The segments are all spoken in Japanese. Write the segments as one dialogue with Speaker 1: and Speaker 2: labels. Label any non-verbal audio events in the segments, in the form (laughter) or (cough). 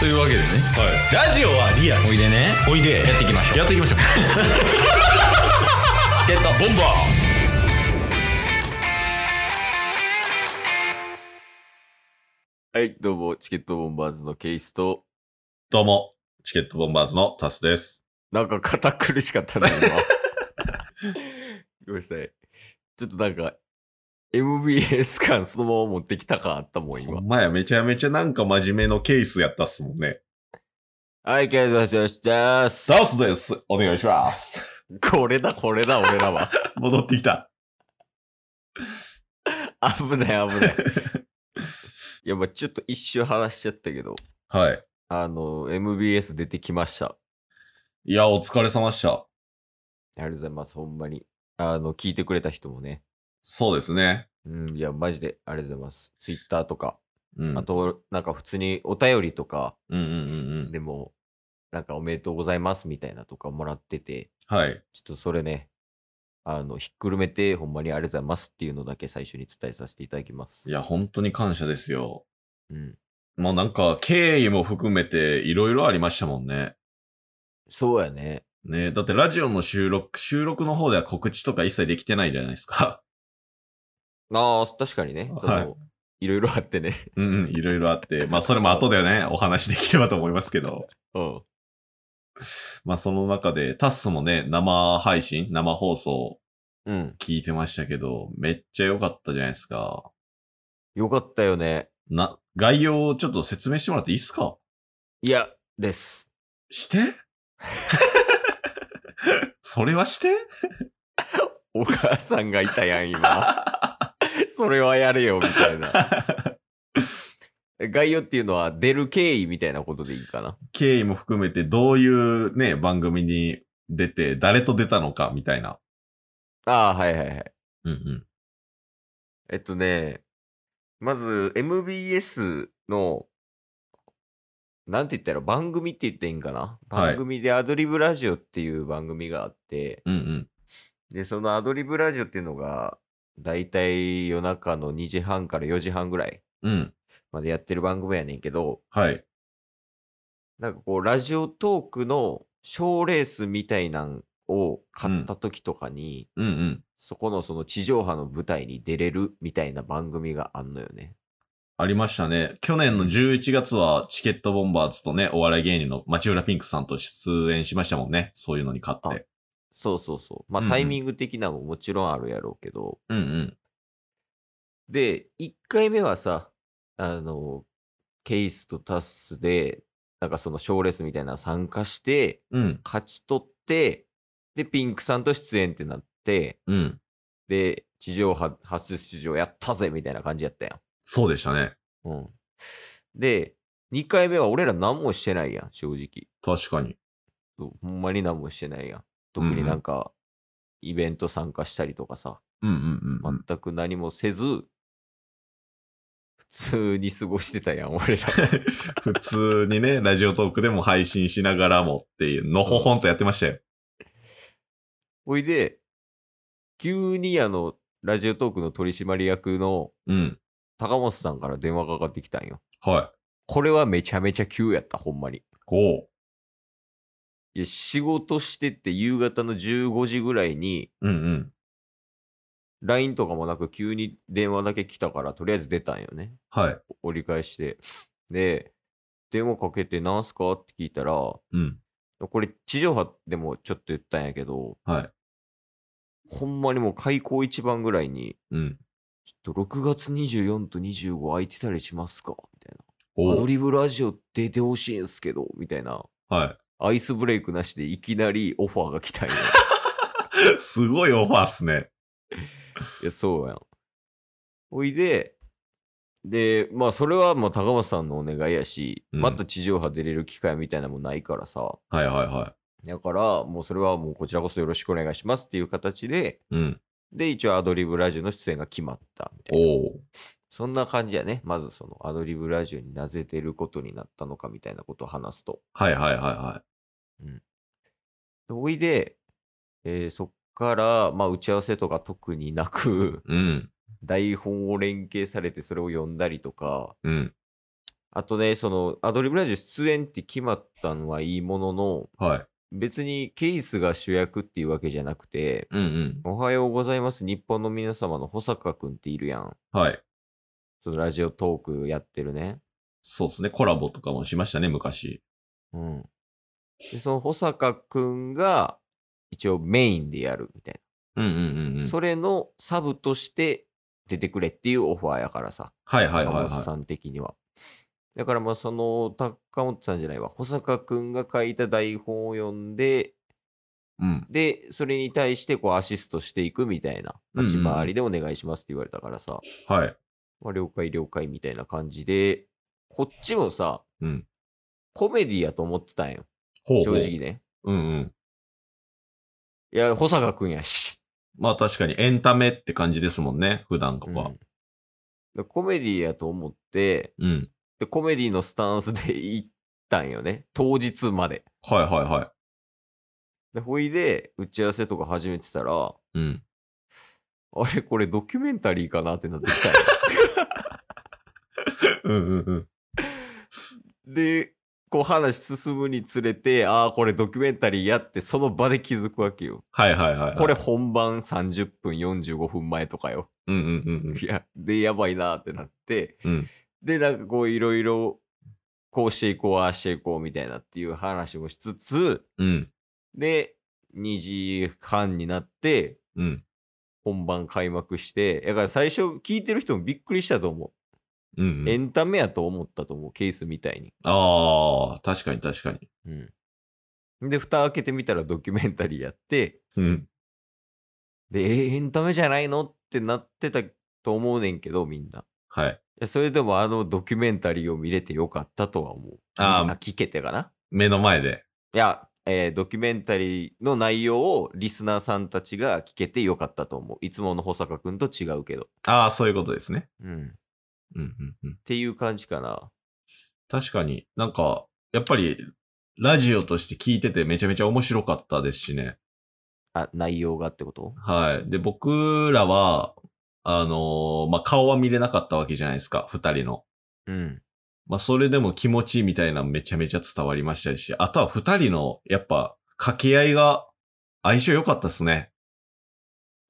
Speaker 1: というわけでね
Speaker 2: はい、ラジオはリアル
Speaker 1: おいでね
Speaker 2: おいで
Speaker 1: やっていきましょう
Speaker 2: やっていきましょう (laughs)
Speaker 1: ゲットボンバ
Speaker 3: はい、どうも、チケットボンバーズのケイスと、
Speaker 2: どうもチケットボンバーズのタスです
Speaker 3: なんか堅苦しかったな、今。
Speaker 2: (laughs)
Speaker 3: ごめんなさい。ちょっとなんか、MBS 感そのまま持ってきた感あったもん、
Speaker 2: ほ
Speaker 3: 今
Speaker 2: ん。まやめちゃめちゃなんか真面目のケースやったっすもんね
Speaker 3: はい、ケイスです、よしです。
Speaker 2: タスですお願いします
Speaker 3: これだ、これだ、俺らは。
Speaker 2: (laughs) 戻ってきた
Speaker 3: 危ない、危ない。いや、まあちょっと一周話しちゃったけど、
Speaker 2: (laughs) はい
Speaker 3: あの、MBS 出てきました。
Speaker 2: いやお疲れ様でした
Speaker 3: ありがとうございます、ほんまに。あの、聞いてくれた人もね。
Speaker 2: そうですね
Speaker 3: うん、いや、マジで、ありがとうございます。Twitter とか、
Speaker 2: うん
Speaker 3: あと、なんか普通にお便りとか、
Speaker 2: うんうんうんうん
Speaker 3: でも、なんかおめでとうございますみたいなとかもらってて、
Speaker 2: はい
Speaker 3: ちょっとそれね、あの、ひっくるめて、ほんまにありがとうございますっていうのだけ最初に伝えさせていただきます。
Speaker 2: いや本当に感謝ですよ
Speaker 3: うん。
Speaker 2: まあなんか経緯も含めていろいろありましたもんね
Speaker 3: そうやね。
Speaker 2: ねだってラジオの収録、収録の方では告知とか一切できてないじゃないですか。 (laughs)
Speaker 3: ああ、確かにね。その、
Speaker 2: はい
Speaker 3: い、ろいろあってね。 (laughs)
Speaker 2: うんうん、いろいろあって。まあ、それも後でね、お話できればと思いますけど。 (laughs)
Speaker 3: うん。
Speaker 2: まあ、その中で、タッスもね、生配信、生放送
Speaker 3: うん。
Speaker 2: 聞いてましたけど、めっちゃ良かったじゃないですか。
Speaker 3: よかったよね。
Speaker 2: な、概要をちょっと説明してもらっていいっすか
Speaker 3: いや、です。
Speaker 2: して (laughs) それはして (laughs)
Speaker 3: お母さんがいたやん、今。 (laughs) それはやれよ、みたいな。概要っていうのは、出る経緯みたいなことでいいかな。
Speaker 2: 経緯も含めて、どういうね、番組に出て、誰と出たのか、みたいな。
Speaker 3: ああ、はいはいはい。
Speaker 2: うんうん。
Speaker 3: えっとね、まず MBS の、なんて言ったら番組って言っていいんかな、
Speaker 2: はい
Speaker 3: 番組でアドリブラジオっていう番組があって、
Speaker 2: うんうん。
Speaker 3: で、そのアドリブラジオっていうのが、だいたい夜中の2時半から4時半ぐらい
Speaker 2: うん。
Speaker 3: までやってる番組やねんけど、
Speaker 2: はい。
Speaker 3: なんかこう、ラジオトークの賞ーレースみたいなんを買った時とかに、
Speaker 2: うんうん。
Speaker 3: そこのその地上波の舞台に出れるみたいな番組があんのよね。
Speaker 2: ありましたね。去年の11月はチケットボンバーズとね、お笑い芸人の町浦ピンクさんと出演しましたもんね。そういうのに勝って。
Speaker 3: そうそうそう。ま
Speaker 2: う
Speaker 3: あ
Speaker 2: んうん
Speaker 3: タイミング的なのももちろんあるやろうけど。
Speaker 2: うんうん。
Speaker 3: で、1回目はさ、あの、ケイスとタッスで、なんかその賞レースみたいなの参加して、
Speaker 2: うん。
Speaker 3: 勝ち取って、で、ピンクさんと出演ってなって、
Speaker 2: うん。
Speaker 3: で、地上波初出場やったぜみたいな感じやったや
Speaker 2: そうでしたね。
Speaker 3: ん。うん。で、2回目は俺ら何もしてないやん、正直。
Speaker 2: 確かに。
Speaker 3: そうほんまに何もしてないやん。特になんか、イベント参加したりとかさ、
Speaker 2: うんうんうん。
Speaker 3: 全く何もせず、普通に過ごしてたやん、俺ら。
Speaker 2: (laughs) (laughs) 普通にね、ラジオトークでも配信しながらもっていう、のほほんとやってましたよ。
Speaker 3: ほいで、急にあの、ラジオトークの取締役の
Speaker 2: うん。
Speaker 3: 高本さんから電話がかかってきたんよ。
Speaker 2: はい。
Speaker 3: これはめちゃめちゃ急やった、ほんまに。
Speaker 2: おう。
Speaker 3: いや、仕事してて夕方の15時ぐらいに、
Speaker 2: うんうん。
Speaker 3: LINE とかもなく急に電話だけ来たから、とりあえず出たんよね。
Speaker 2: はい。
Speaker 3: 折り返して。で、電話かけて、なんすかって聞いたら、
Speaker 2: うん。
Speaker 3: これ地上波でもちょっと言ったんやけど、
Speaker 2: はい。
Speaker 3: ほんまにもう開口一番ぐらいに、
Speaker 2: うん。
Speaker 3: ちょっと6月24と25空いてたりしますかみたいな。ア
Speaker 2: お
Speaker 3: ド
Speaker 2: う。
Speaker 3: リブラジオ出てほしいんすけど、みたいな。
Speaker 2: は
Speaker 3: アイスブレイクなしでいきなりオファーが
Speaker 2: (laughs)
Speaker 3: 来たんや。
Speaker 2: い。すごいオファーっすね。
Speaker 3: いや、そうやん。おいで、で、まあそれはまあ高松さんのお願いやし、
Speaker 2: うん
Speaker 3: また地上波出れる機会みたいなのもないからさ。
Speaker 2: はいはいは
Speaker 3: だから、もうそれはもうこちらこそよろしくお願いしますっていう形で、
Speaker 2: い。うん。
Speaker 3: で、一応アドリブラジオの出演が決まったみたいな。
Speaker 2: おう。
Speaker 3: そんな感じやね。まずそのアドリブラジオになぜ出ることになったのかみたいなことを話すと。
Speaker 2: はいはいはいは
Speaker 3: でおいで、えーそっから、まあ打ち合わせとか特になく、 (laughs)
Speaker 2: い。うん。
Speaker 3: 台本を連携されてそれを読んだりとか、
Speaker 2: うん。
Speaker 3: あとね、その、アドリブラジオ出演って決まったのはいいものの、
Speaker 2: はい。
Speaker 3: 別にケイスが主役っていうわけじゃなくて、
Speaker 2: うんうん。
Speaker 3: おはようございます、日本の皆様の保坂くんっているやん。
Speaker 2: はい。
Speaker 3: そのラジオトークやってるね。
Speaker 2: そうですね。コラボとかもしましたね、昔。
Speaker 3: うん。で、その保坂くんが、一応メインでやるみたい
Speaker 2: うんうんうんう
Speaker 3: な。
Speaker 2: ん。
Speaker 3: それのサブとして出てくれっていうオファーやからさ。
Speaker 2: はいはいはい
Speaker 3: 高
Speaker 2: は
Speaker 3: 本
Speaker 2: い。
Speaker 3: さん的には。だからまあその高本さんじゃないわ保坂君が書いた台本を読んで
Speaker 2: うん。
Speaker 3: でそれに対してこうアシストしていくみたいな
Speaker 2: うんうん
Speaker 3: 立ち回りでお願いしますって言われたからさ、
Speaker 2: はい。
Speaker 3: まあ、了解了解みたいな感じでこっちもさ
Speaker 2: うん。
Speaker 3: コメディやと思ってたんよ
Speaker 2: ほうほ
Speaker 3: 正
Speaker 2: う。
Speaker 3: 直ね
Speaker 2: うんうん。
Speaker 3: いや保坂君やし、
Speaker 2: まあ確かにエンタメって感じですもんね、普段と
Speaker 3: うんだ
Speaker 2: か
Speaker 3: か。らコメディやと思って
Speaker 2: うん。
Speaker 3: でコメディのスタンスで行ったんよね当日まで
Speaker 2: はいはいは
Speaker 3: でほいで打ち合わせとか始めてたら
Speaker 2: い。うん。
Speaker 3: あれこれドキュメンタリーかなってなってきたよ
Speaker 2: うんうんうん。
Speaker 3: で、こう話進むにつれて、ああ、これドキュメンタリーやってその場で気づくわけよ。
Speaker 2: はいはいはいはい。
Speaker 3: これ。本番30分45分前とかよ。
Speaker 2: うんうんうん
Speaker 3: いや、で、やばいなってなって、
Speaker 2: うん。うん。
Speaker 3: で、なんかこういろいろ、こうしていこう、ああしていこうみたいなっていう話もしつつ、
Speaker 2: うん。
Speaker 3: で、2時半になって、
Speaker 2: うん。
Speaker 3: 本番開幕して、だから最初聞いてる人もびっくりしたと思
Speaker 2: うん
Speaker 3: う。
Speaker 2: う
Speaker 3: エ
Speaker 2: ん。
Speaker 3: ンタメやと思ったと思う、ケースみたいに。
Speaker 2: ああ、確かに確かに。
Speaker 3: うん。で、蓋開けてみたらドキュメンタリーやって、
Speaker 2: うん。
Speaker 3: で、えーエンタメじゃないのってなってたと思うねんけど、みんな。い
Speaker 2: はい。
Speaker 3: やそれでもあのドキュメンタリーを見れてよかったとは思う。
Speaker 2: あー
Speaker 3: 聞けてかな。
Speaker 2: 目の前で。
Speaker 3: いや、えードキュメンタリーの内容をリスナーさんたちが聞けてよかったと思う。いつもの保坂くんと違うけど。
Speaker 2: ああ、そういうことですね。
Speaker 3: うん。っ
Speaker 2: うんうんうん。
Speaker 3: ていう感じかな。
Speaker 2: 確かになんか、やっぱり、ラジオとして聞いててめちゃめちゃ面白かったですしね。
Speaker 3: あ、内容がってこと
Speaker 2: はい。で、僕らは、あのーまあ、顔は見れなかったわけじゃないですか、二人の。
Speaker 3: うん。
Speaker 2: まあ、それでも気持ちいいみたいなのめちゃめちゃ伝わりましたし、あとは二人の、やっぱ、掛け合いが相性良かったっすね。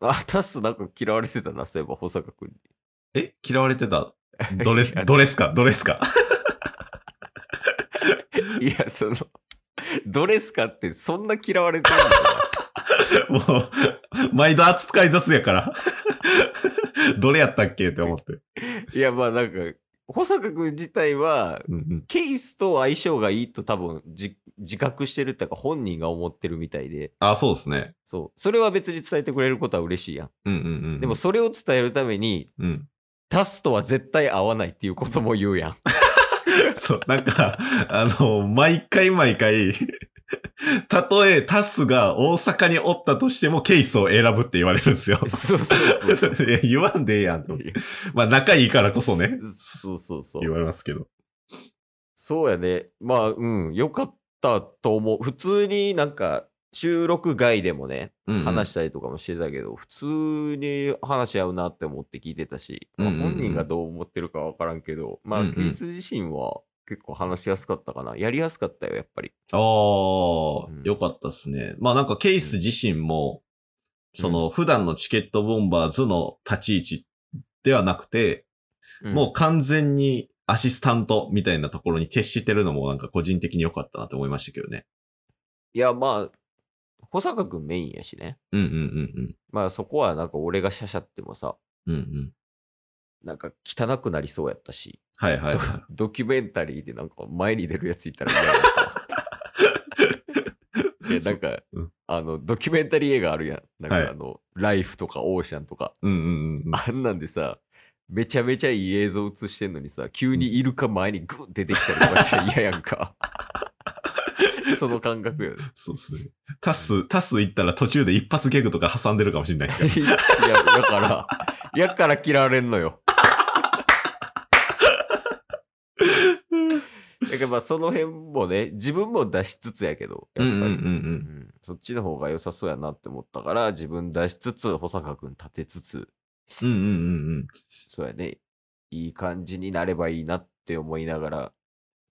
Speaker 3: あ、タスなんか嫌われてたな、そういえば保坂くんに。
Speaker 2: え嫌われて
Speaker 3: (laughs)
Speaker 2: たどれ
Speaker 3: いや、
Speaker 2: どれっすかどれっすか (laughs)
Speaker 3: (laughs) いや、その、ドレスかってそんな嫌われてるんだよ
Speaker 2: もう、毎度扱い雑や
Speaker 3: (laughs)
Speaker 2: から。どれやったっけって思って。
Speaker 3: (laughs) な。いや、まあなんか、保坂君自体は、
Speaker 2: うんうん。
Speaker 3: ケースと相性がいいと多分じ自覚してるっていうか本人が思ってるみたいで、
Speaker 2: あ、そうですね。
Speaker 3: そう。それは別に伝えてくれることは嬉しいやん。
Speaker 2: うんうんうんうん。
Speaker 3: でも、それを伝えるために、
Speaker 2: うん。
Speaker 3: タスとは絶対合わないっていうことも言うやん。
Speaker 2: (laughs) そう、なんか、あの、毎回毎回、たとえタスが大阪におったとしてもケイスを選ぶって言われるんですよ。
Speaker 3: (laughs) そうそう (laughs) そう。
Speaker 2: (laughs) いや言わんでええやんと思って。まあ仲いいからこそね、
Speaker 3: そうそうそう
Speaker 2: 言。われますけど。
Speaker 3: そうやね。まあ、うん、よかったと思う。普通になんか、収録外でもね、
Speaker 2: うんうん
Speaker 3: 話したりとかもしてたけど、普通に話し合うなって思って聞いてたし、
Speaker 2: うんうんうん
Speaker 3: まあ本人がどう思ってるかわからんけど、まあ、
Speaker 2: うんうん
Speaker 3: ケース自身は結構話しやすかったかな。やりやすかったよ、やっぱり。
Speaker 2: ああ、
Speaker 3: うん
Speaker 2: よかったっすね。まあなんかケイス自身も、
Speaker 3: うん
Speaker 2: その普段のチケットボンバーズの立ち位置ではなくて、もう完全にアシスタントみたいなところに徹してるのもなんか個人的に良かったなと思いましたけどね。
Speaker 3: うん。いや、まあ、保坂くんメインやしね。
Speaker 2: うんうんうんうん。
Speaker 3: まあ、そこはなんか俺がしゃしゃってもさ、
Speaker 2: うんうん。
Speaker 3: なんか汚くなりそうやったし、
Speaker 2: はいはいはい。
Speaker 3: ドキュメンタリーでなんか前に出るやついたら嫌だった。い
Speaker 2: (laughs)
Speaker 3: や、なんか、
Speaker 2: うん
Speaker 3: あの、ドキュメンタリー映画あるやん。なん
Speaker 2: はい
Speaker 3: かあの、ライフとかオーシャンとか。
Speaker 2: うんうんうん。
Speaker 3: あんなんでさ、めちゃめちゃいい映像映してんのにさ、急にイルカ前にグッ出てきたりとかして嫌や
Speaker 2: (laughs)
Speaker 3: んか。その感覚よね。
Speaker 2: そうっすね。タス、タス行ったら途中で一発ギャグとか挟んでるかも (laughs) しれないですけど。
Speaker 3: いや、だから、やから嫌われんのよ。だからまあその辺もね、自分も出しつつやけど、やっぱり、
Speaker 2: うんうんうんうん
Speaker 3: そっちの方が良さそうやなって思ったから、自分出しつつ、保坂君立てつつ、
Speaker 2: うんうんうんうん。
Speaker 3: そうやね、いい感じになればいいなっって思いながら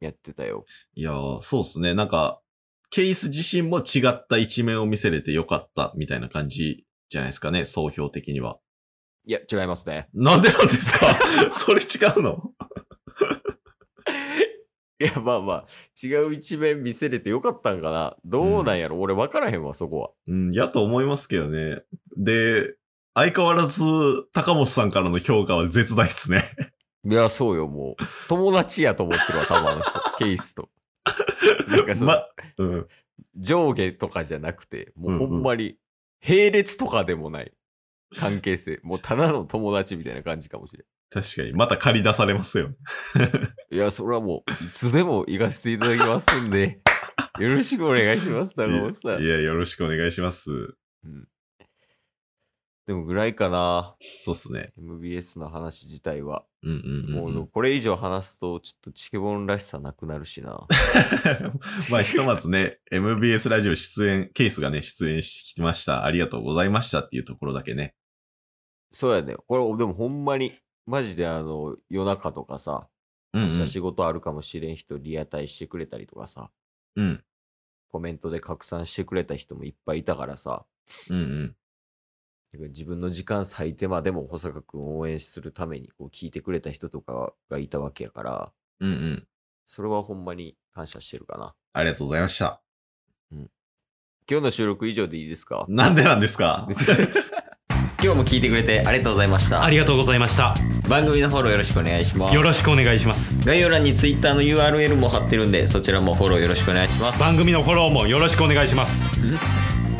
Speaker 3: やってたよ。
Speaker 2: いやー、そうっすね。なんか、ケイス自身も違った一面を見せれてよかったみたいな感じじゃないですかね、総評的には。
Speaker 3: いや、違いますね。
Speaker 2: なんでなんですかそれ違うの
Speaker 3: いや、まあまあ、違う一面見せれてよかったんかな。どうなんやろ、俺分からへんわ、そこは。
Speaker 2: うん、やと思いますけどね。で、相変わらず、高本さんからの評価は絶大ですね。
Speaker 3: いや、そうよ、もう。友達やと思ってるわ、たまの (laughs) 人。ケイスと。なんかその、
Speaker 2: まうん。
Speaker 3: 上下とかじゃなくて、もう
Speaker 2: うんう
Speaker 3: ほ
Speaker 2: ん
Speaker 3: んまに、並列とかでもない関係性。もうただの友達みたいな感じかもしれ
Speaker 2: 確かに、また借り出されますよ。
Speaker 3: ん。いや、それはもう、いつでも行かせていただきますん
Speaker 2: (laughs)
Speaker 3: で、よろしくお願いします、高本さ
Speaker 2: い
Speaker 3: ん。
Speaker 2: や、よろしくお願いします。
Speaker 3: でもぐらいかな、
Speaker 2: そうっすね。
Speaker 3: MBS の話自体は。
Speaker 2: うんうんうん、
Speaker 3: もうこれ以上話すと、ちょっとチケボンらしさなくなる
Speaker 2: (laughs)
Speaker 3: しな。
Speaker 2: まあ、ひとまずね、MBS ラジオ出演、ケースがね、出演してきました。ありがとうございましたっていうところだけね。
Speaker 3: そうやね。これ、でもほんまに、マジであの、夜中とかさ、
Speaker 2: うん、う
Speaker 3: 明
Speaker 2: ん。
Speaker 3: 日仕事あるかもしれん人リアタイしてくれたりとかさ、
Speaker 2: うん。
Speaker 3: コメントで拡散してくれた人もいっぱいいたからさ、
Speaker 2: うんうん。
Speaker 3: 自分の時間割いてまでも保坂くんを応援するためにこう聞いてくれた人とかがいたわけやから、
Speaker 2: うんうん。
Speaker 3: それはほんまに感謝してるかな。
Speaker 2: ありがとうございました。
Speaker 3: 今日の収録以上でいいで
Speaker 1: (laughs)
Speaker 3: すか
Speaker 2: なんでなんですか
Speaker 3: 今日も聞いてくれてありがとうございました
Speaker 1: あ。りがとうございました。
Speaker 3: 番組のフォローよろしくお願いします
Speaker 1: よ。ろしくお願いします。
Speaker 3: 概要欄に Twitter の URL も貼ってるんで、そちらもフォローよろしくお願いします。
Speaker 1: 番組のフォローもよろしくお願いします。